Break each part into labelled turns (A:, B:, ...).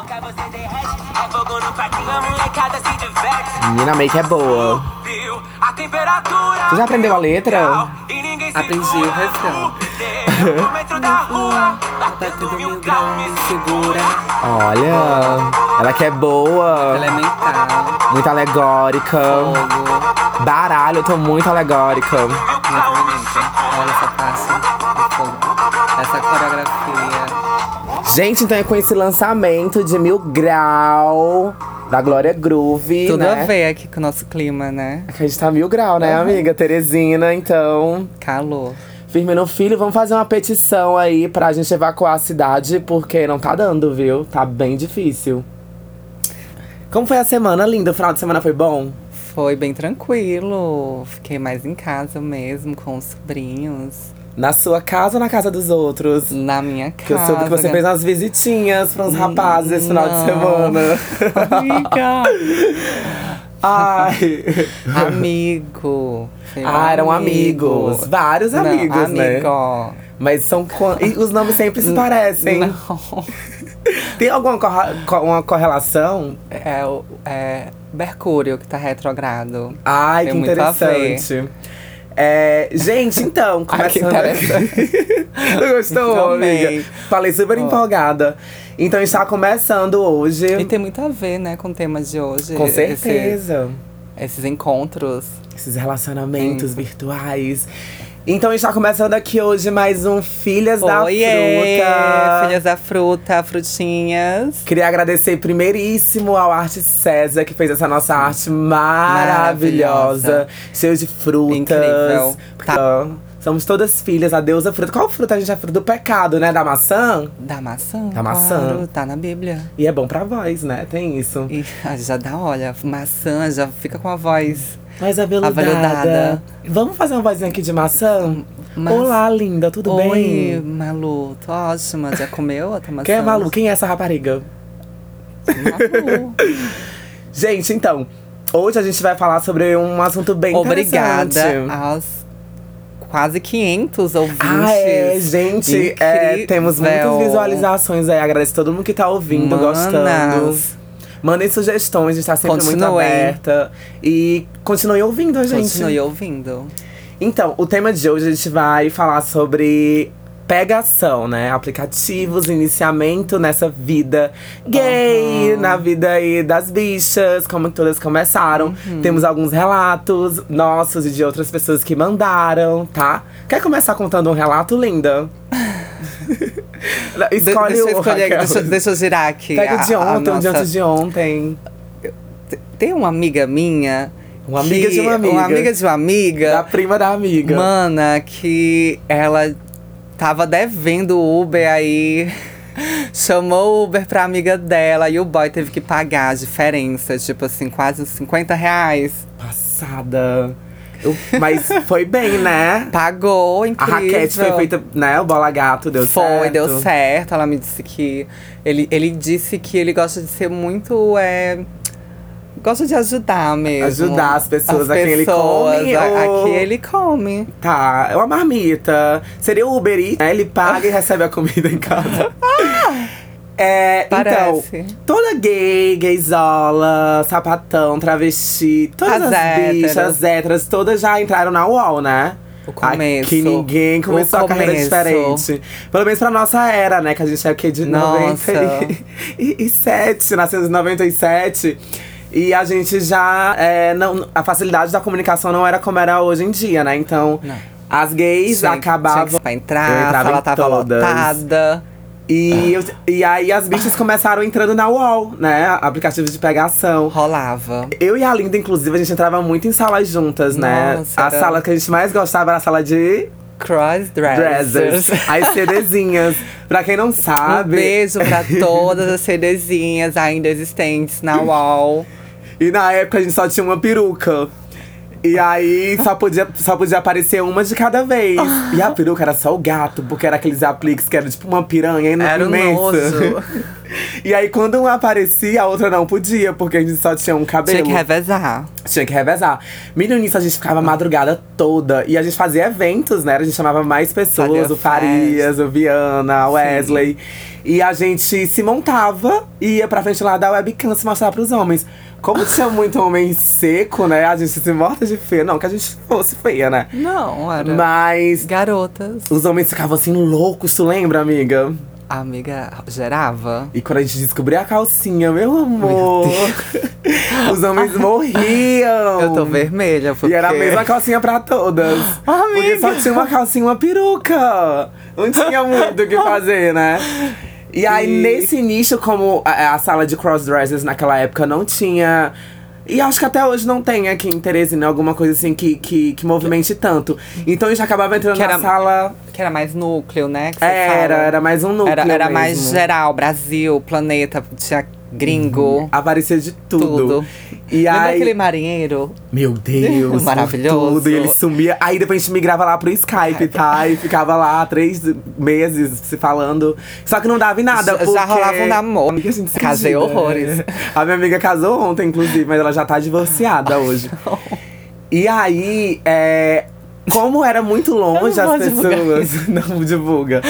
A: você derrete. É fogo no parquinho, a molecada se diverte.
B: Menina, make é boa.
A: Viu? A temperatura.
B: Você já aprendeu a letra?
A: E ninguém
C: Aprendi
A: segura
C: o refrão.
A: é o termômetro da rua. Batendo mil graus, me segura.
B: Olha, ela que é boa,
C: Elementar,
B: muito alegórica.
C: fogo.
B: Baralho, eu tô muito alegórica.
C: Naturalmente, olha essa taça de fogo. Essa coreografia.
B: Gente, então é com esse lançamento de Mil Grau, da Glória Groove,
C: Tudo
B: né?
C: a ver aqui com o nosso clima, né?
B: Que a gente tá mil grau, né, amiga? Teresina, então.
C: Calor.
B: Firme no filho, vamos fazer uma petição aí pra gente evacuar a cidade, porque não tá dando, viu? Tá bem difícil. Como foi a semana, linda? O final de semana foi bom?
C: Foi bem tranquilo. Fiquei mais em casa mesmo, com os sobrinhos.
B: Na sua casa ou na casa dos outros?
C: Na minha casa.
B: Que eu soube que você fez umas visitinhas para uns rapazes esse final de
C: Não.
B: semana.
C: Amiga!
B: Ai.
C: Amigo. Foi
B: Ah, eram amigos. Vários
C: Não,
B: amigos, né?
C: amigo.
B: Mas são. quan- e os nomes sempre se parecem.
C: Não.
B: Tem alguma corra- co- uma correlação?
C: É o é Mercúrio que tá retrogrado.
B: Ai,
C: Tem
B: que
C: muito a ver.
B: interessante. É, gente, então,
C: Ai, que
B: começando aqui. Não gostou,
C: Amei.
B: amiga? Falei super empolgada. Então, está começando
C: E
B: hoje.
C: tem muito a ver, né, com o tema de hoje.
B: Com
C: Esse-
B: certeza.
C: esses encontros.
B: Esses relacionamentos virtuais. Então, está começando aqui hoje mais um Filhas da
C: Oiê,
B: Fruta.
C: Filhas da fruta, frutinhas.
B: Queria agradecer primeiríssimo ao Arte César, que fez essa nossa arte maravilhosa,
C: Maravilhosa.
B: cheia de frutas.
C: Incrível. Tá.
B: Então, Somos todas filhas, a deusa fruta. Qual fruta a gente é fruta do pecado, né? Da maçã?
C: Da maçã.
B: Da maçã.
C: claro, tá na Bíblia.
B: E é bom pra voz, né? Tem isso.
C: E ah, já dá, olha, maçã já fica com a voz.
B: Mas aveludada.
C: Aveludada.
B: Vamos fazer uma vozinha aqui de maçã?
C: Mas-
B: Olá, linda, tudo
C: Oi,
B: bem?
C: Malu, tô ótima. Já comeu a tua maçã?
B: Quem é Malu? Quem é essa rapariga?
C: Malu.
B: Gente, então, hoje a gente vai falar sobre um assunto
C: É
B: bem interessante.
C: Obrigada aos quase 500 ouvintes.
B: Ah, é, gente. é,
C: Incrível.
B: temos muitas visualizações aí. Agradeço todo mundo que tá ouvindo, gostando.
C: Manas.
B: Mandem sugestões, a gente tá sempre muito
C: Continuem.
B: aberta. E continue ouvindo a gente.
C: Continue ouvindo.
B: Então, o tema de hoje a gente vai falar sobre pegação, né? Aplicativos, iniciamento nessa vida gay, na vida aí das bichas, como todas começaram.
C: Uhum.
B: Temos alguns relatos nossos e de outras pessoas que mandaram, tá? Quer começar contando um relato, linda? Não,
C: De-
B: Escolhe
C: deixa,
B: um,
C: eu escolher,
B: Raquel.
C: deixa, eu- deixa eu girar aqui.
B: Pega
C: a-
B: o de
C: a
B: ontem, o de
C: nossa-
B: antes de ontem.
C: Tem uma amiga minha.
B: Uma amiga
C: que-
B: de uma amiga.
C: Uma amiga de uma amiga.
B: Da prima da amiga.
C: Mana, que ela tava devendo o Uber aí. Chamou o Uber pra amiga dela e o boy teve que pagar a diferença, tipo assim, quase uns 50 reais.
B: Passada. Eu- mas foi bem, né?
C: Pagou,
B: A
C: incrível.
B: raquete foi feita, né? O bola gato deu
C: Foi,
B: certo.
C: deu certo. Ela me disse que. Ele, ele disse que ele gosta de ser muito. É, gosta de ajudar mesmo.
B: Ajudar as pessoas, a
C: As
B: quem ele
C: pessoas,
B: come, oh.
C: a- a
B: ou-
C: quem ele come.
B: Tá, é uma marmita. Seria o Uber Eats, né? Ele paga e recebe a comida em casa. É,
C: Parece.
B: então, toda gay, gayzola, sapatão, travesti, todas as,
C: As héteras.
B: bichas, as héteras, todas já entraram na UOL, né?
C: O começo.
B: Que ninguém
C: O
B: começou a carreira
C: começo.
B: diferente. Pelo menos pra nossa era, né? Que a gente é o quê? De
C: Nossa.
B: 97, nascemos em 97. E a gente já. é, não, a facilidade da comunicação não era como era hoje em dia, né? Então,
C: Não.
B: as gays
C: Tinha-
B: acabavam.
C: Tinha que pra entrar,
B: Eu entrava em
C: ela tava
B: todas.
C: lotada. É.
B: E, eu- e aí as bichas começaram entrando na UOL, né? Aplicativos de pegação.
C: Rolava.
B: Eu e a Linda, inclusive, a gente entrava muito em salas juntas, né?
C: Nossa,
B: a
C: era-
B: sala que a gente mais gostava era a sala de
C: Cross dressers.
B: dressers, as CDzinhas. Pra quem não
C: Um
B: sabe.
C: beijo pra todas as CDzinhas ainda existentes na UOL.
B: E na época a gente só tinha uma peruca. E aí só podia, só podia aparecer uma de cada vez. E
C: Ah.
B: a peruca era só o gato, porque era aqueles apliques que era tipo uma piranha ino-
C: Era um
B: imensa.
C: nojo.
B: e aí quando uma aparecia, a outra não podia, porque a gente só tinha um cabelo.
C: Tinha que revezar.
B: Tinha que revezar. Menino, nisso a gente ficava a madrugada toda. E a gente fazia eventos, né? A gente chamava mais pessoas.
C: Fazia
B: o Farias, o Viana, o Wesley. E a gente se montava e ia pra frente lá da webcam se mostrar pros homens. Como tinha muito homem seco, né? A gente se morta de feia. Não que a gente fosse feia, né?
C: Não, era.
B: Mas
C: Garotas.
B: os homens ficavam assim loucos, tu lembra, amiga?
C: A amiga gerava.
B: E quando a gente descobriu a calcinha, meu amor, os homens morriam.
C: Eu tô vermelha, porque... Ah,
B: E era a mesma calcinha pra todas. Porque só tinha uma calcinha e uma peruca. Não tinha muito o que fazer, né? E aí,
C: E-
B: nesse nicho, como a, a sala de crossdressers naquela época não tinha. E acho que até hoje não tem aqui em Teresina alguma coisa assim que, que, que movimente tanto. Então a gente acabava entrando
C: Que
B: na
C: era-
B: sala.
C: Que era mais núcleo, né? que você
B: Era,
C: fala.
B: era mais um núcleo.
C: Era, era mais
B: mesmo.
C: geral, Brasil, planeta, tinha gringo,
B: Aparecia de tudo.
C: tudo.
B: Uhum. E
C: Lembra
B: aí.
C: aquele marinheiro?
B: Meu Deus, por
C: Maravilhoso.
B: Tudo, e ele sumia. Aí depois a gente migrava lá pro Skype, tá? E ficava lá três meses se falando. Só que não dava em nada.
C: Já- já
B: porque...
C: rolava um namoro.
B: Amiga, a gente se
C: Casei
B: pedia.
C: horrores.
B: A minha amiga casou ontem, inclusive, mas ela já tá divorciada hoje. E aí, é, como era muito longe
C: Eu não
B: as
C: vou divulgar
B: pessoas. Não divulga.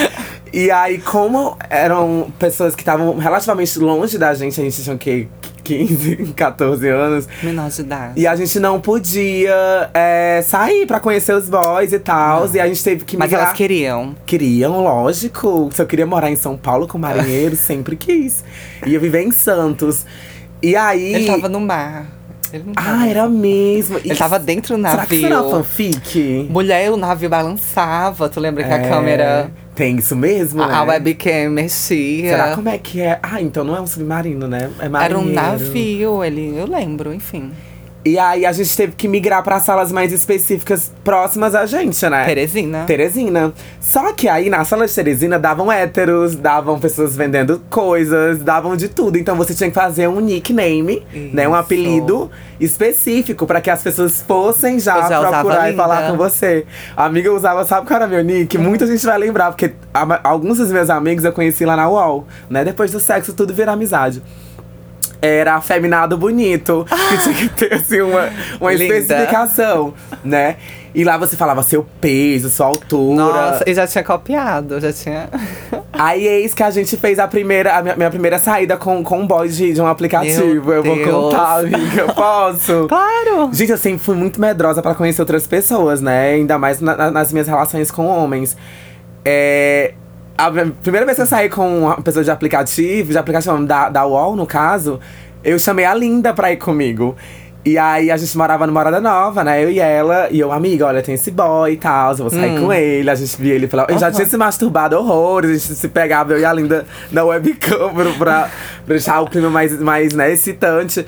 B: E aí, como eram pessoas que estavam relativamente longe da gente, a gente tinha o quê? 15, 14 anos.
C: Menor de idade.
B: E a gente não podia é, sair pra conhecer os boys e tal. E a gente teve que
C: Mas
B: migrar.
C: elas queriam.
B: Queriam, lógico. Se eu queria morar em São Paulo com marinheiro, sempre quis. Ia viver em Santos. E aí.
C: Ele tava no mar. Ele não tava.
B: Ah, era mesmo. E
C: Ele tava dentro do
B: Será que isso era uma
C: navio.
B: fanfic?
C: Mulher, o navio balançava. Tu lembra que
B: É,
C: a câmera,
B: Tem isso mesmo? né?
C: a, a webcam mexia?
B: Será como é que é? Ah, então não é um submarino, né? É
C: Era um
B: marinheiro.
C: navio, ele, eu lembro, enfim.
B: E aí a gente teve que migrar pra salas mais específicas próximas a gente, né?
C: Teresina.
B: Teresina. Só que aí na sala de Teresina davam héteros, davam pessoas vendendo coisas, davam de tudo. Então você tinha que fazer um nickname, né? Um
C: Isso.
B: apelido específico pra que as pessoas fossem já,
C: Eu já usava
B: procurar e
C: linda. Hum.
B: falar com você. A amiga usava, sabe qual era meu nick? Muita gente vai lembrar, porque a ma- alguns dos meus amigos eu conheci lá na UOL, né? Depois do sexo, tudo vira amizade. Era afeminado bonito, que tinha que ter assim uma, uma
C: Ah. Linda.
B: especificação, né? E lá você falava seu peso, sua altura.
C: Nossa, e já tinha copiado, já tinha.
B: Aí eis que a gente fez a primeira, a minha, minha primeira saída com, com um boy de, de um aplicativo.
C: Meu
B: eu vou
C: Deus.
B: contar, amiga. Posso?
C: Claro!
B: Gente, eu sempre fui muito medrosa pra conhecer outras pessoas, né? Ainda mais na- na- nas minhas relações com homens. É. A pri- primeira vez que eu saí com uma pessoa de aplicativo, de aplicativo não, da, da UOL, no caso, eu chamei a Linda pra ir comigo. E aí a gente morava no Morada Nova, né? Eu e ela, e eu, amiga, olha, tem esse boy e tal, eu vou sair com ele. A gente via ele pela. Eu já tinha se masturbado horrores, a gente se pegava, eu e a Linda na webcam pra, pra deixar o clima mais, mais né, excitante.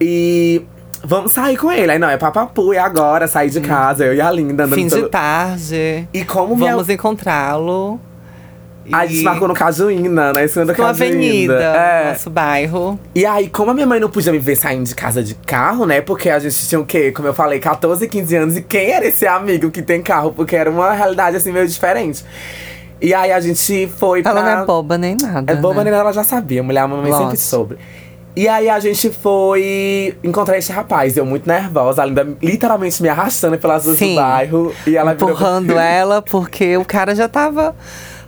B: E vamos sair com ele. Aí não, é papapu, é agora, sair de casa, eu e a Linda andando
C: Fim de
B: pelo-
C: tarde.
B: E como minha-
C: Vamos encontrá-lo.
B: a gente marcou no né, Cajuína, na esquina da
C: Numa
B: Cajuína.
C: avenida,
B: É.
C: nosso bairro.
B: E aí, como a minha mãe não podia me ver saindo de casa de carro, né? Porque a gente tinha o quê? Como eu falei, 14, 15 anos. E quem era esse amigo que tem carro? Porque era uma realidade, assim, meio diferente. E aí, a gente foi pra…
C: Ela não é boba nem nada.
B: É boba,
C: né?
B: né? ela já sabia. Mulher, a mamãe sempre
C: Lógico.
B: soube. E aí a gente foi encontrar esse rapaz. Eu muito nervosa, a Linda literalmente me arrastando pelas ruas do
C: Sim.
B: bairro. E ela virou-
C: Empurrando ela, porque o cara já tava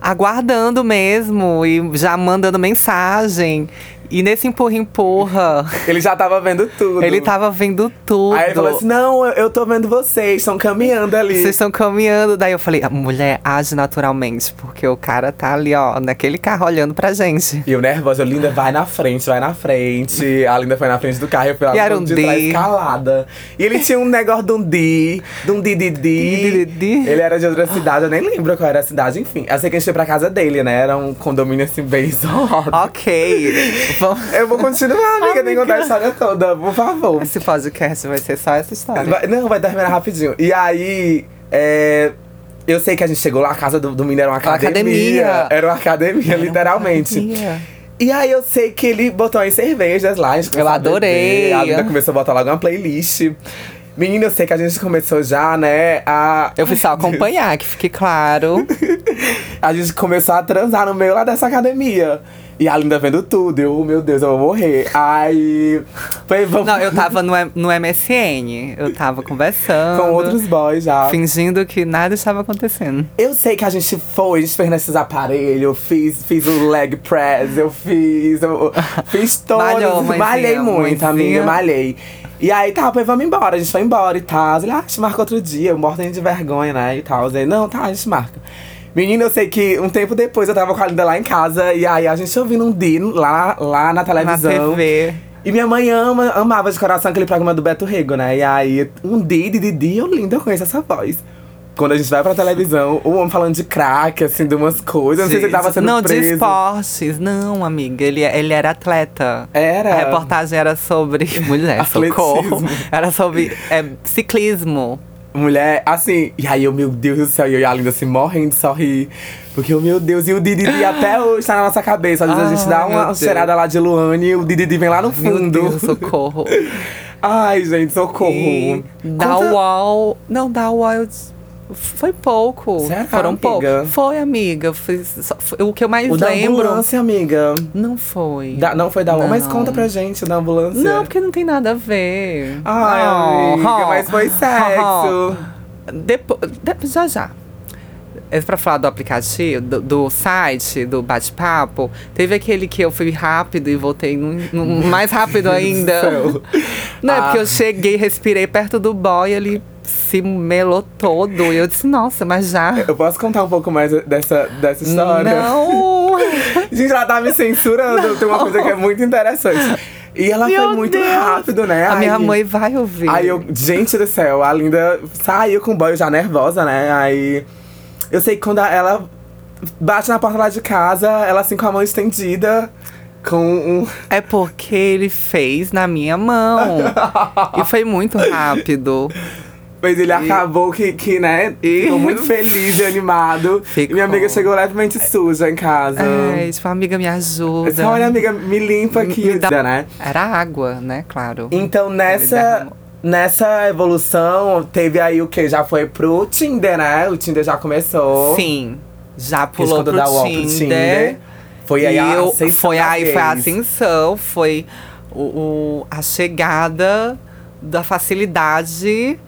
C: aguardando mesmo e já mandando mensagem. E nesse empurra-empurra,
B: Ele já tava vendo tudo.
C: ele tava vendo tudo.
B: Aí ele falou assim: Não, eu, eu tô vendo vocês, estão caminhando ali.
C: Vocês estão caminhando. Daí eu falei, "A mulher age naturalmente, porque o cara tá ali, ó, naquele carro olhando pra gente.
B: E eu nervosa, eu, Linda, vai na frente, vai na frente. A Linda foi na frente do carro, eu fui lá
C: E era
B: no
C: um
B: de trás,
C: D.
B: calada. E ele tinha um negócio de um D, de um
C: Di, di,
B: Didi.
C: di.
B: Ele era de outra cidade, eu nem lembro qual era a cidade, enfim. Eu sei que a gente foi pra casa dele, né? Era um condomínio assim, bem isolado.
C: Ok, vamos.
B: Eu vou continuar, amiga, nem contar a história toda, por favor.
C: Esse podcast vai ser só essa história.
B: Vai- não, vai terminar rapidinho. E aí, é, eu sei que a gente chegou lá, a casa do, do menino era uma
C: Uma
B: academia.
C: academia.
B: Era uma academia, literalmente.
C: academia.
B: E aí eu sei que ele botou as cervejas lá. a gente começou
C: Eu
B: a beber,
C: adorei.
B: A Linda começou a botar logo uma playlist. Menina, eu sei que a gente começou já, né? A,
C: Eu fui só acompanhar, que fique claro.
B: a gente começou a transar no meio lá dessa academia. E a Linda vendo tudo. Eu, oh, meu Deus, eu vou morrer. Aí. Falei, vamos.
C: Não, eu tava no, no MSN. Eu tava conversando.
B: Com outros boys já.
C: Fingindo que nada estava acontecendo.
B: Eu sei que a gente foi, a gente fez nesses aparelhos, eu fiz, fiz o leg press, eu fiz. Eu, fiz todos.
C: Malhou, mãezinha,
B: malhei muito,
C: mãezinha.
B: amiga, malhei. E aí, tá, pô, vamos embora, a gente foi embora e tal. Ele, ah, a gente marca outro dia, mortem de vergonha, né? E tal. Ele, não, tá, a gente marca. Menina, eu sei que um tempo depois eu tava com a Linda lá em casa, e aí a gente ouvindo um Dino lá, lá na
C: Na
B: televisão.
C: TV.
B: E minha mãe ama, amava de coração aquele programa do Beto Rego, né? E aí, um Didi, Didi, eu linda, eu conheço essa voz. Quando a gente vai pra televisão, o homem falando de crack, assim, de umas coisas. Não sei se ele tava sendo
C: não,
B: preso.
C: de esportes. Não, amiga. Ele, ele era atleta.
B: Era.
C: A reportagem era sobre. Mulher, socorro.
B: Atletismo.
C: Era sobre é, ciclismo.
B: Mulher, assim, e aí eu, meu Deus do céu, e eu e a Linda assim, morrendo de sorrir. Porque, eu, meu Deus, e o Didi até hoje tá na nossa cabeça. Às vezes a gente
C: Ah,
B: dá
C: meu
B: uma
C: Deus.
B: cheirada lá de Luane e o Didi vem lá no
C: Meu
B: fundo.
C: Deus, socorro.
B: Ai, gente, socorro.
C: E da
B: Conta-
C: UOL. Não, da UOL. eu des- Foi pouco.
B: Será, é
C: Foram
B: amiga?
C: pouco. Foi, amiga. Foi, só- foi- o que eu mais
B: O da
C: lembro.
B: ambulância, amiga.
C: Não foi.
B: Da- não foi da UOL, mas
C: Não.
B: conta pra gente o da ambulância.
C: Não, porque não tem nada a ver.
B: Ai,
C: Oh,
B: amiga,
C: oh,
B: mas foi
C: oh,
B: sexo.
C: oh. Depo- de- já já. É pra falar do aplicativo, do, do site, do bate-papo, teve aquele que eu fui rápido e voltei num- num- mais rápido ainda.
B: céu.
C: Não, é porque
B: Ah.
C: eu cheguei, respirei perto do boy, ele se melou todo. E eu disse, nossa, mas já.
B: Eu posso contar um pouco mais dessa, dessa história?
C: Não!
B: Gente, ela tá me censurando. Tem uma coisa que é muito interessante. E ela
C: Meu
B: foi muito
C: Deus.
B: rápido, né?
C: A minha
B: Aí-
C: mãe vai ouvir.
B: Aí eu, gente do céu, a Linda saiu com o boy já nervosa, né? Aí eu sei que quando a- ela bate na porta lá de casa, ela assim com a mão estendida, com um.
C: É porque ele fez na minha mão. e foi muito rápido.
B: Mas ele acabou que, que né?
C: E-
B: Ficou muito feliz e animado. E
C: Ficou.
B: minha amiga chegou levemente suja em casa.
C: Ai, tipo, amiga, me
B: Eu disse,
C: ajuda.
B: Olha, é amiga, me limpa aqui,
C: Me dá-
B: né?
C: Era água, né? Claro.
B: Então nessa,
C: derramou.
B: nessa evolução, teve aí o que? Já foi pro Tinder, né? O Tinder já começou.
C: Sim. Já
B: Porque
C: pulou pro
B: quando dá o
C: Tinder.
B: Tinder. Tinder foi aí a
C: e eu,
B: ascensão
C: foi
B: da
C: aí, foi assim. a
B: vez.
C: ascensão, foi o, o- a chegada da facilidade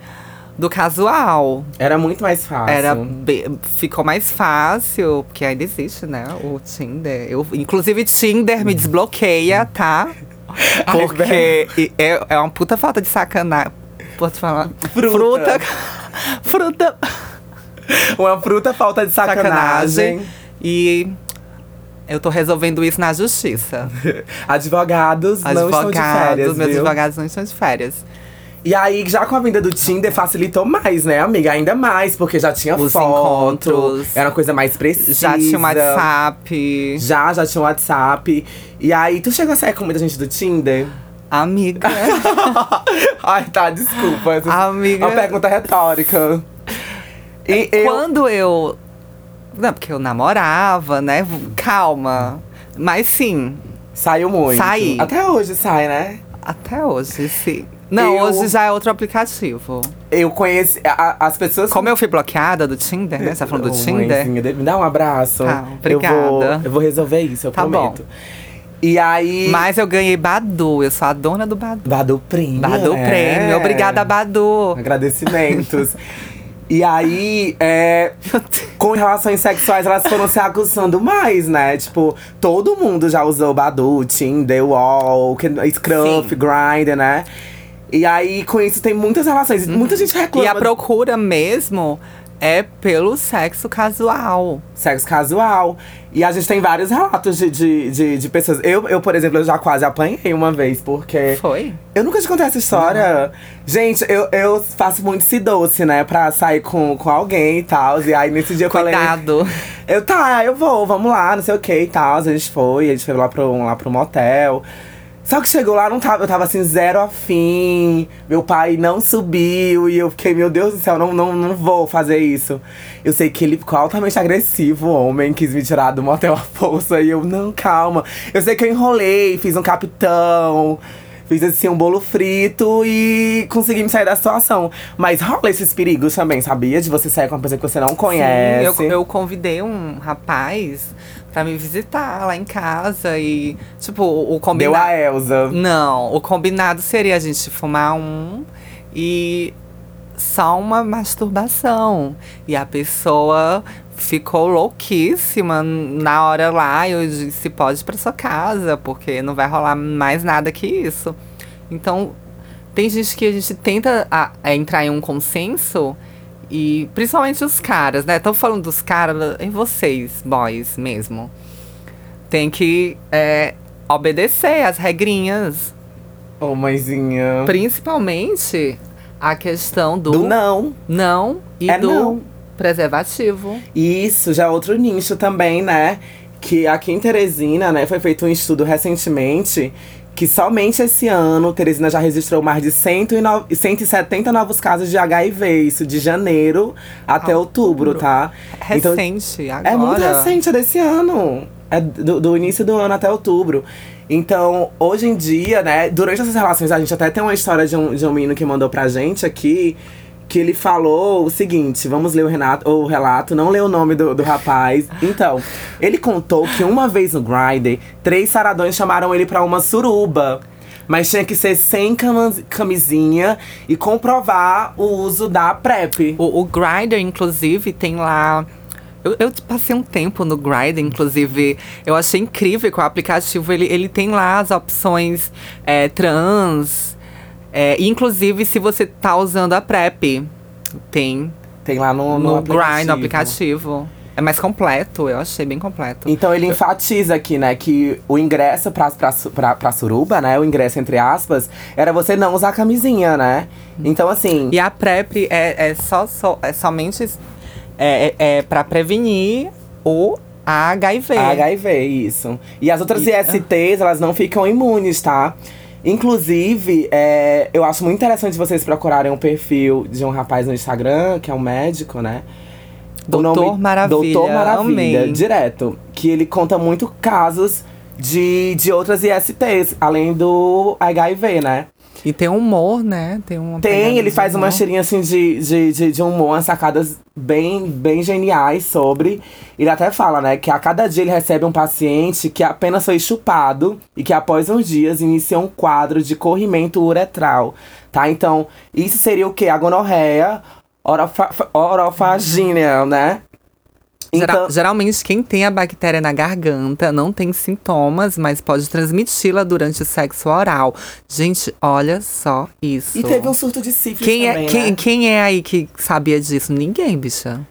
C: do casual.
B: Era muito mais fácil.
C: Era be- ficou mais fácil, porque ainda existe, né? O Tinder. Eu, inclusive, Tinder me desbloqueia, tá?
B: Ai,
C: Porque e- é, é uma puta falta de sacanagem. Posso falar?
B: Fruta.
C: Fruta. Fruta.
B: Uma fruta falta de sacanagem.
C: Sacanagem. E eu tô resolvendo isso na justiça.
B: Advogados, não estão de
C: Advogados,
B: férias,
C: meus
B: viu?
C: advogados não estão de férias.
B: E aí, já com a vinda do Tinder, facilitou mais, né, amiga? Ainda mais, porque já tinha
C: Os
B: foto.
C: encontros.
B: Era uma coisa mais precisa.
C: Já tinha um WhatsApp.
B: Já, já tinha um WhatsApp. E aí, tu chegou a sair com muita gente do Tinder?
C: Amiga.
B: Ai, tá, desculpa. Essa
C: Amiga.
B: É uma pergunta retórica. E eu.
C: Quando eu. Não, porque eu namorava, né? Calma. Mas sim,
B: Saiu muito.
C: Saí.
B: Até hoje sai, né?
C: até hoje, sim. Não,
B: Eu-
C: hoje já é outro aplicativo.
B: Eu conheci. a- as pessoas.
C: Como eu fui bloqueada do Tinder, né? Você tá falando do
B: Ô,
C: Tinder?
B: mãezinha, Me dá um abraço.
C: Tá,
B: Eu vou,
C: obrigada.
B: eu vou resolver isso, eu
C: Tá bom.
B: prometo. E aí.
C: Mas eu ganhei Badu, eu sou a dona do Badu.
B: Badu Prêmio.
C: Badu
B: né?
C: Prêmio, obrigada Badu.
B: Agradecimentos. e aí, é, com relações sexuais, elas foram se acusando mais, né? Tipo, todo mundo já usou Badu, Tinder, Wall, Scruff,
C: Sim.
B: Grindr, né? E aí, com isso, tem muitas relações. Muita gente reclama
C: Uhum. E a procura mesmo é pelo sexo casual.
B: sexo casual. E a gente tem vários relatos de, de, de, de pessoas. Eu, eu, por exemplo, eu já quase apanhei uma vez, porque.
C: Foi?
B: Eu nunca te contei essa história. Gente, eu, eu faço muito se doce, né? Pra sair com, com alguém e tal. E aí nesse dia eu falei.
C: Cuidado.
B: Eu, tá, eu vou, vamos lá, não sei o que e tal. A gente foi, a gente foi lá pro, lá pro motel. Só que chegou lá, não tava, eu tava assim, zero afim. Meu pai não subiu. E eu fiquei, meu Deus do céu, não, não, não vou fazer isso. Eu sei que ele ficou altamente agressivo, o homem, quis me tirar do motel à força. E eu, não, calma. Eu sei que eu enrolei, fiz um capitão. Fiz assim um bolo frito e consegui me sair da situação. Mas rola esses perigos também, sabia? De você sair com uma pessoa que você não conhece.
C: Sim, eu, eu convidei um rapaz pra me visitar lá em casa e, tipo, o,
B: Deu
C: o
B: a
C: combinado.
B: Elsa.
C: Não, o combinado seria a gente fumar um e só uma masturbação. E a pessoa ficou louquíssima na hora lá. Eu disse: pode ir pra sua casa, porque não vai rolar mais nada que isso. Então, tem gente que a gente tenta a- é, entrar em um consenso. E principalmente os caras, né? Tô falando dos caras, e vocês, boys mesmo. Tem que é, obedecer às regrinhas.
B: Ô, mãezinha.
C: Principalmente a questão do,
B: Do não.
C: não e
B: É
C: do
B: não.
C: preservativo.
B: Isso, já é outro nicho também, né? Que aqui em Teresina, né, foi feito um estudo recentemente que somente esse ano Teresina já registrou mais de 109 170 novos casos de HIV, isso de janeiro até
C: Ah,
B: outubro, tá? Então,
C: Recente, agora.
B: é muito recente, é desse ano. É do, do início do ano até outubro. Então, hoje em dia, né, durante essas relações, a gente até tem uma história de um, de um menino que mandou pra gente aqui. Que ele falou o seguinte, vamos ler o, Renato, ou o relato, não ler o nome do, do rapaz. Então, ele contou que uma vez no Grindr, três saradões chamaram ele pra uma suruba. Mas tinha que ser sem camas- camisinha e comprovar o uso da PrEP.
C: O, o Grindr, inclusive, tem lá. Eu, eu passei um tempo no Grindr, inclusive. Eu achei incrível que o aplicativo ele, ele tem lá as opções é, trans. É, inclusive, se você tá usando a PrEP, tem
B: Tem lá no,
C: no,
B: no,
C: Grindr, no aplicativo. É mais completo, eu achei bem completo.
B: Então ele enfatiza aqui, né, que o ingresso pra, pra, su- pra, pra suruba, né, o ingresso entre aspas, era você não usar camisinha, né? Então assim,
C: E a PrEP é, é só, só- é somente é, é, é pra prevenir o HIV.
B: HIV, isso. E as outras
C: E-
B: ISTs, elas não ficam imunes, tá? Inclusive, é, eu acho muito interessante vocês procurarem um perfil de um rapaz no Instagram, que é um médico, né? O
C: Doutor Maravilha,
B: Doutor Maravilha,
C: amei.
B: direto. Que ele conta muito casos de, de outras ISTs, além do HIV, né?
C: E tem humor, né? Tem, uma pegada
B: Tem, ele
C: de
B: faz uma
C: humor.
B: cheirinha assim de, de, de, de humor, umas sacadas bem, bem geniais sobre. Ele até fala, né, que a cada dia ele recebe um paciente que apenas foi chupado e que após uns dias inicia um quadro de corrimento uretral, tá? Então, isso seria o quê? A gonorreia orofa, orofagínea, né?
C: Geral-
B: Então,
C: geralmente, quem tem a bactéria na garganta não tem sintomas, mas pode transmiti-la durante o sexo oral. Gente, olha só isso.
B: e teve um surto de sífilis
C: quem,
B: também,
C: é, quem,
B: né?
C: quem é aí que sabia disso? Ninguém, bicha.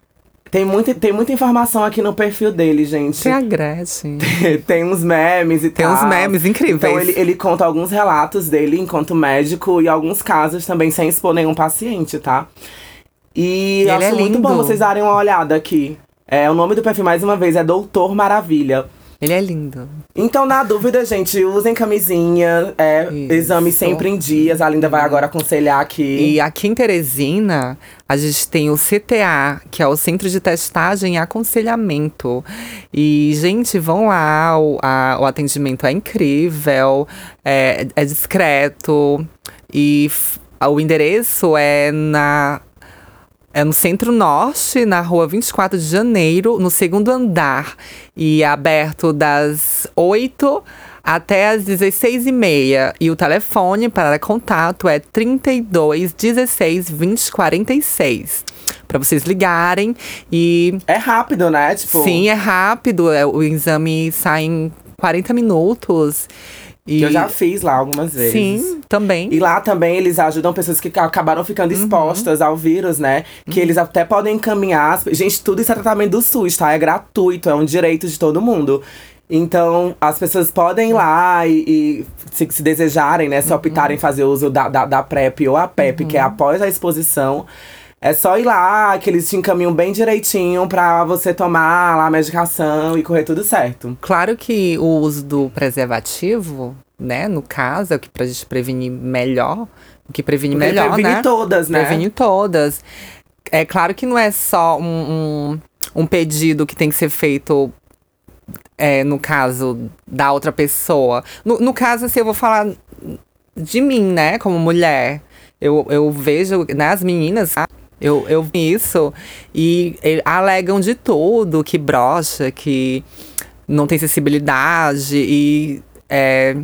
B: Tem muita, tem muita informação aqui no perfil dele, gente.
C: Tem a Gretchen.
B: tem uns memes e
C: Tem
B: tal.
C: uns memes incríveis.
B: Então ele, ele conta alguns relatos dele enquanto médico e alguns casos também sem expor nenhum paciente, tá? E
C: Ele
B: eu acho
C: é
B: muito
C: lindo.
B: bom vocês darem uma olhada aqui. É, o nome do perfil, mais uma vez, é Doutor Maravilha.
C: Ele é lindo.
B: Então, na dúvida, gente, usem camisinha, é,
C: Isso.
B: exame sempre em dias. A Linda vai agora aconselhar aqui.
C: E aqui em Teresina, a gente tem o CTA, que é o Centro de Testagem e Aconselhamento. E, gente, vão lá, o, a- o atendimento é incrível, é, é discreto. E f- o endereço é na. É no Centro Norte, na rua 24 de Janeiro, no segundo andar. E é aberto das 8 até as 16h30. E o telefone para contato é 32 16 20 46. Para vocês ligarem. E
B: É rápido, né? Tipo,
C: sim, é rápido. é- o exame sai em 40 minutos. E,
B: eu já fiz lá algumas vezes.
C: Sim, também.
B: E lá também eles ajudam pessoas que acabaram ficando
C: Uhum.
B: expostas ao vírus, né? Que eles até podem encaminhar. as- Gente, tudo isso é tratamento do SUS, tá? É gratuito, é um direito de todo mundo. Então, as pessoas podem ir lá e, e se, se desejarem, né?
C: Uhum.
B: Se optarem fazer uso da, da, da PrEP ou a PEP, que é após a exposição. É só ir lá, que eles te encaminham bem direitinho pra você tomar lá a medicação e correr tudo certo.
C: Claro que o uso do preservativo, né, no caso, é o que pra gente prevenir melhor, o que previne
B: Porque
C: melhor,
B: previne
C: né?
B: todas, né?
C: Previne todas. É claro que não é só um, um, um pedido que tem que ser feito, é, no caso da outra pessoa. No, no caso, assim, eu vou falar de mim, né? Como mulher. Eu, eu vejo nas meninas. ah, Eu, eu vi isso e eh, alegam de tudo, que brocha, que não tem sensibilidade e é,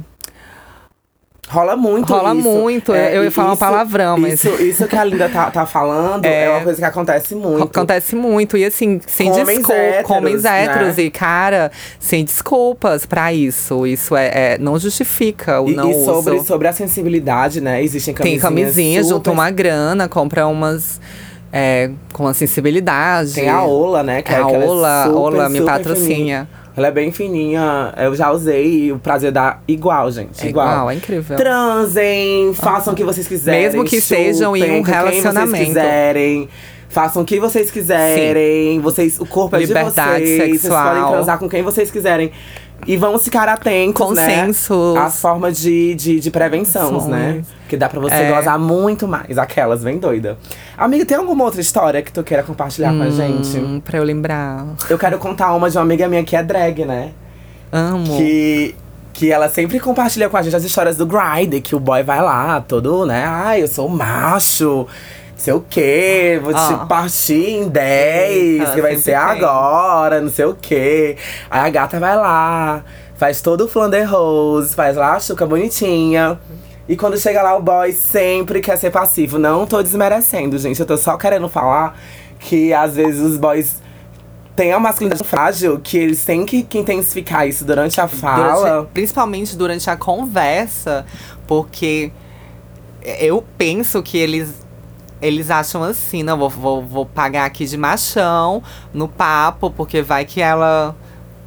B: Rola muito
C: Rola
B: isso.
C: muito, eu ia
B: e
C: falar um palavrão, mas-
B: Isso, isso que a Linda tá, tá falando é... uma coisa que acontece muito.
C: Acontece muito. E assim, sem
B: Com homens
C: desculpa.
B: héteros,
C: Com homens
B: né?
C: héteros. E, cara, sem desculpas pra isso. Isso é, é- não justifica o
B: E,
C: não
B: e sobre,
C: uso.
B: sobre a sensibilidade, né? Existem
C: Tem
B: camisinhas
C: camisinha,
B: super...
C: junta uma grana, compra umas. é, com uma sensibilidade.
B: Tem a Ola, né? Que
C: É,
B: é,
C: a
B: que ela é
C: Ola,
B: super,
C: Ola me
B: super
C: patrocina.
B: fininha. Ela é bem fininha. Eu já usei e o prazer dá igual, gente.
C: É
B: igual.
C: igual, é incrível.
B: Transem, façam o que vocês quiserem.
C: Mesmo que sejam em um
B: chupem com Quem
C: relacionamento.
B: vocês quiserem. Façam o que vocês quiserem. Vocês, o corpo é
C: Liberdade
B: de vocês.
C: sexual.
B: Vocês podem transar com quem vocês quiserem. E vamos ficar atentos,
C: Consensos.
B: né? Às formas de, de, de prevenção,
C: Sim.
B: né? Que dá pra você
C: É.
B: gozar muito mais. Aquelas, bem doida. Amiga, tem alguma outra história que tu queira compartilhar com a gente?
C: Hum, pra eu lembrar.
B: Eu quero contar uma de uma amiga minha que é drag, né?
C: Amo.
B: que, que ela sempre compartilha com a gente as histórias do grind, que o boy vai lá, todo, né? Ai, eu sou macho, não sei o quê, vou
C: Ah.
B: te partir em 10,
C: Eita,
B: que vai
C: sempre
B: ser
C: tem.
B: agora, não sei o quê. Aí a gata vai lá, faz todo o Flander Rose, faz lá a chuca bonitinha. E quando chega lá, o boy sempre quer ser passivo. Não tô desmerecendo, gente. Eu tô só querendo falar que às vezes os boys tem a masculinidade frágil que eles têm que, que intensificar isso durante a
C: Durante-
B: fala.
C: principalmente durante a conversa, porque eu penso que eles. Eles acham assim, não, vou, vou, vou pagar aqui de machão no papo, porque vai que ela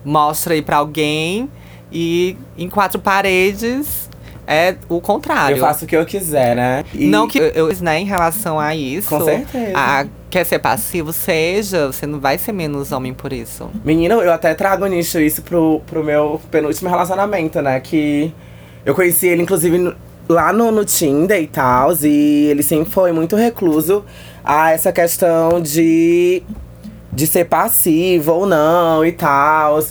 C: mostra aí pra alguém e em quatro paredes é o contrário.
B: Eu faço o que eu quiser, né? E-
C: Não que eu, eu- né, em relação a isso.
B: Com certeza.
C: a- quer ser passivo, seja, você não vai ser menos homem por isso.
B: Menina, eu até trago nisso isso pro, pro meu penúltimo relacionamento, né? Que eu conheci ele, inclusive, no- lá no, no Tinder e tal. E ele sempre foi muito recluso a essa questão de, de ser passivo ou não e tal.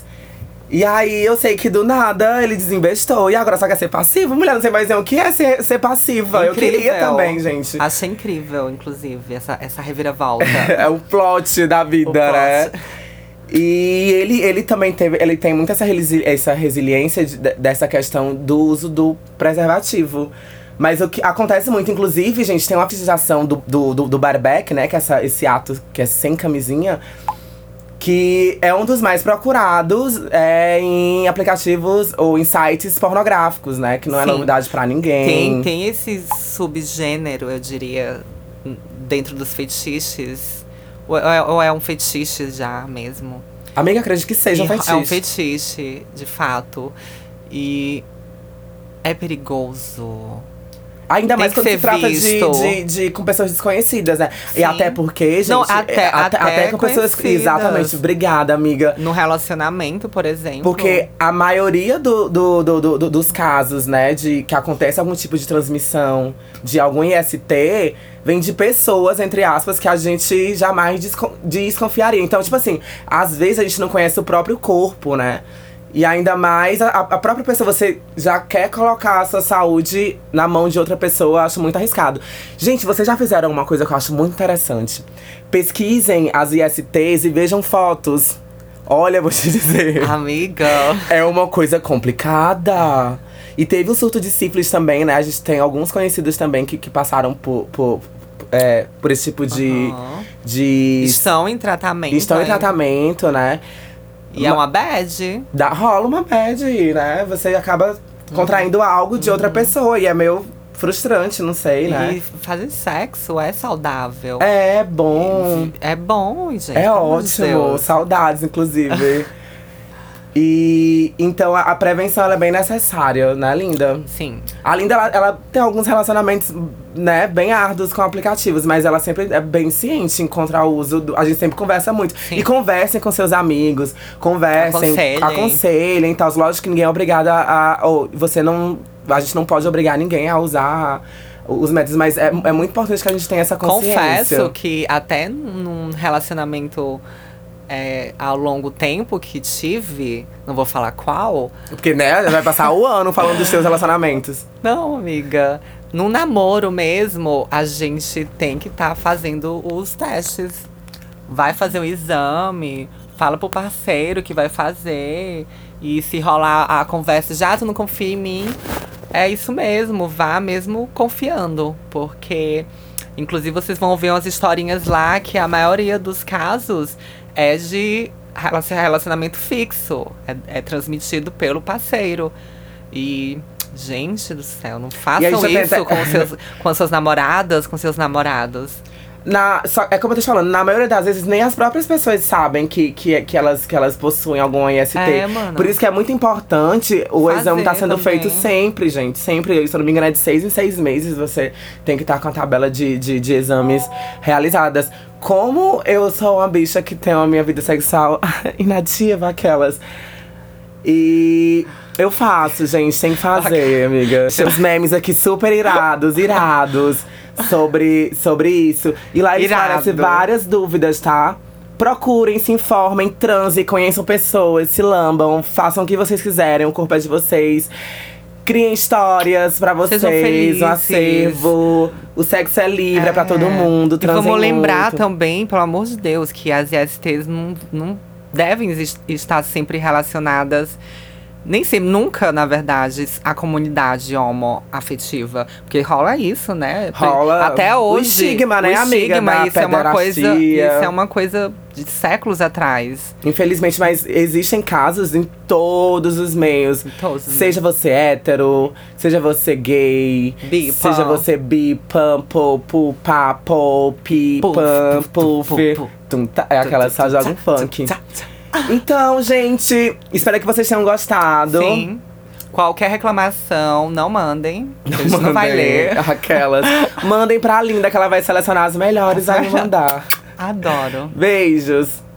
B: E aí eu sei que do nada ele desembestou. E agora só quer ser passivo? Mulher, não sei mais nem o que é ser, ser passiva. Eu queria
C: Incrível.
B: também, gente.
C: Achei incrível, inclusive, essa, essa reviravolta.
B: É o plot da vida,
C: O plot.
B: né? E ele, ele também teve, ele tem muito essa, resili- essa resiliência de- de- dessa questão do uso do preservativo. Mas o que acontece muito, inclusive, gente, tem uma fetichização do, do, do, do barback, né? Que é essa, esse ato que é sem camisinha. Que é um dos mais procurados é, em aplicativos ou em sites pornográficos, né? Que não é
C: Sim.
B: novidade pra ninguém.
C: Tem, tem esse subgênero, eu diria, n- dentro dos fetiches. Ou é, ou é um fetiche já mesmo?
B: Amiga, acredito que seja um
C: E
B: fetiche.
C: É um fetiche, de fato. E é perigoso.
B: Ainda
C: Tem
B: mais
C: que
B: quando
C: ser
B: se trata de,
C: visto.
B: de, de- com pessoas desconhecidas, né?
C: Sim.
B: E até porque, gente.
C: Não, até-
B: é,
C: até
B: com pessoas.
C: conhecidas.
B: Exatamente. Obrigada, amiga.
C: No relacionamento, por exemplo.
B: Porque a maioria do, do, do- do- do- dos casos, né, de que acontece algum tipo de transmissão de algum IST, vem de pessoas, entre aspas, que a gente jamais desco- desconfiaria. Então, tipo assim, às vezes a gente não conhece o próprio corpo, né? E ainda mais a, a própria pessoa, você já quer colocar a sua saúde na mão de outra pessoa, eu acho muito arriscado. Gente, vocês já fizeram uma coisa que eu acho muito interessante. Pesquisem as ISTs e vejam fotos. Olha, vou te dizer.
C: Amiga.
B: É uma coisa complicada. E teve um surto de sífilis também, né? A gente tem alguns conhecidos também que, que passaram por, por, é, por esse tipo de.
C: Aham.
B: de
C: Estão em tratamento.
B: estão em
C: hein?
B: tratamento, né?
C: E é uma bad.
B: Dá, rola uma bad aí, né? Você acaba contraindo algo de
C: Uhum.
B: outra pessoa. E é meio frustrante, não sei, né?
C: E fazer sexo é saudável.
B: É bom.
C: É bom, gente.
B: É
C: pelo amor de
B: ótimo,
C: Deus.
B: saudades, inclusive. e então a, a prevenção ela é bem necessária, né, linda?
C: Sim.
B: A Linda, ela, ela tem alguns relacionamentos, né, bem árduos com aplicativos, mas ela sempre é bem ciente em contra o uso. do- a gente sempre conversa muito. E conversem com seus amigos, conversem,
C: Aconselhem.
B: aconselhem e tal. Lógico que ninguém é obrigado a. a- ou você não. A gente não pode obrigar ninguém a usar os métodos, mas é, é muito importante que a gente tenha essa consciência.
C: Confesso que até num relacionamento é, ao longo tempo que tive, não vou falar qual.
B: Porque, né, vai passar o ano falando dos seus relacionamentos.
C: Não, amiga. Num namoro mesmo, a gente tem que estar fazendo os testes. Vai fazer o exame, fala pro parceiro que vai fazer. E se rolar a conversa, já tu não confia em mim. É isso mesmo, vá mesmo confiando. Porque, inclusive, vocês vão ver umas historinhas lá que a maioria dos casos é de rela- relacionamento fixo. É, é transmitido pelo parceiro. E, gente do céu, não façam
B: gente
C: isso
B: tenta-
C: com, seus, com as suas namoradas, com seus namorados.
B: Na, só- é como eu tô te falando, na maioria das vezes nem as próprias pessoas sabem que, que, que, elas, que elas possuem algum IST.
C: É, mano.
B: Por isso que é muito importante o
C: Fazer
B: exame tá sendo
C: também.
B: feito sempre, gente. Sempre, se eu não me engano, é de seis em seis meses você tem que estar com a tabela de, de, de exames realizadas. Como eu sou uma bicha que tem a minha vida sexual inativa, aquelas. E eu faço, gente, tem que fazer, amiga. Os memes aqui super irados, irados, sobre, sobre isso. E lá eles
C: Irado.
B: parecem várias dúvidas, tá? Procurem, se informem, transem, conheçam pessoas, se lambam, façam o que vocês quiserem, o corpo é de vocês. Criem histórias pra vocês,
C: Sejam felizes.
B: o acervo. O sexo é livre, é, pra todo mundo,
C: E
B: transem
C: vamos lembrar
B: muito.
C: também, pelo amor de Deus, que as ISTs não, não devem exis- estar sempre relacionadas. Nem sempre, nunca, na verdade, à comunidade homoafetiva. Porque rola isso, né?
B: Rola
C: Até
B: o
C: hoje.
B: estigma, né,
C: o
B: amiga,
C: estigma,
B: da
C: isso é uma coisa.
B: pederastia.
C: Isso é uma coisa de séculos atrás.
B: Infelizmente, mas existem casos em todos os meios.
C: todos os
B: seja você hétero, seja você gay,
C: Bi,
B: seja
C: pan.
B: você bi, pam, po, pu, pa, po, pi,
C: Puff,
B: pam,
C: puff,
B: puff.
C: puff, puff.
B: Tum, tá. É aquela só joga um funk. Então, gente, espero que vocês tenham gostado.
C: Sim. Qualquer reclamação, não mandem. A gente não
B: Mandem
C: vai ler.
B: Aquelas. Mandem pra Linda que ela vai selecionar as melhores e vai me mandar.
C: Adoro.
B: Beijos.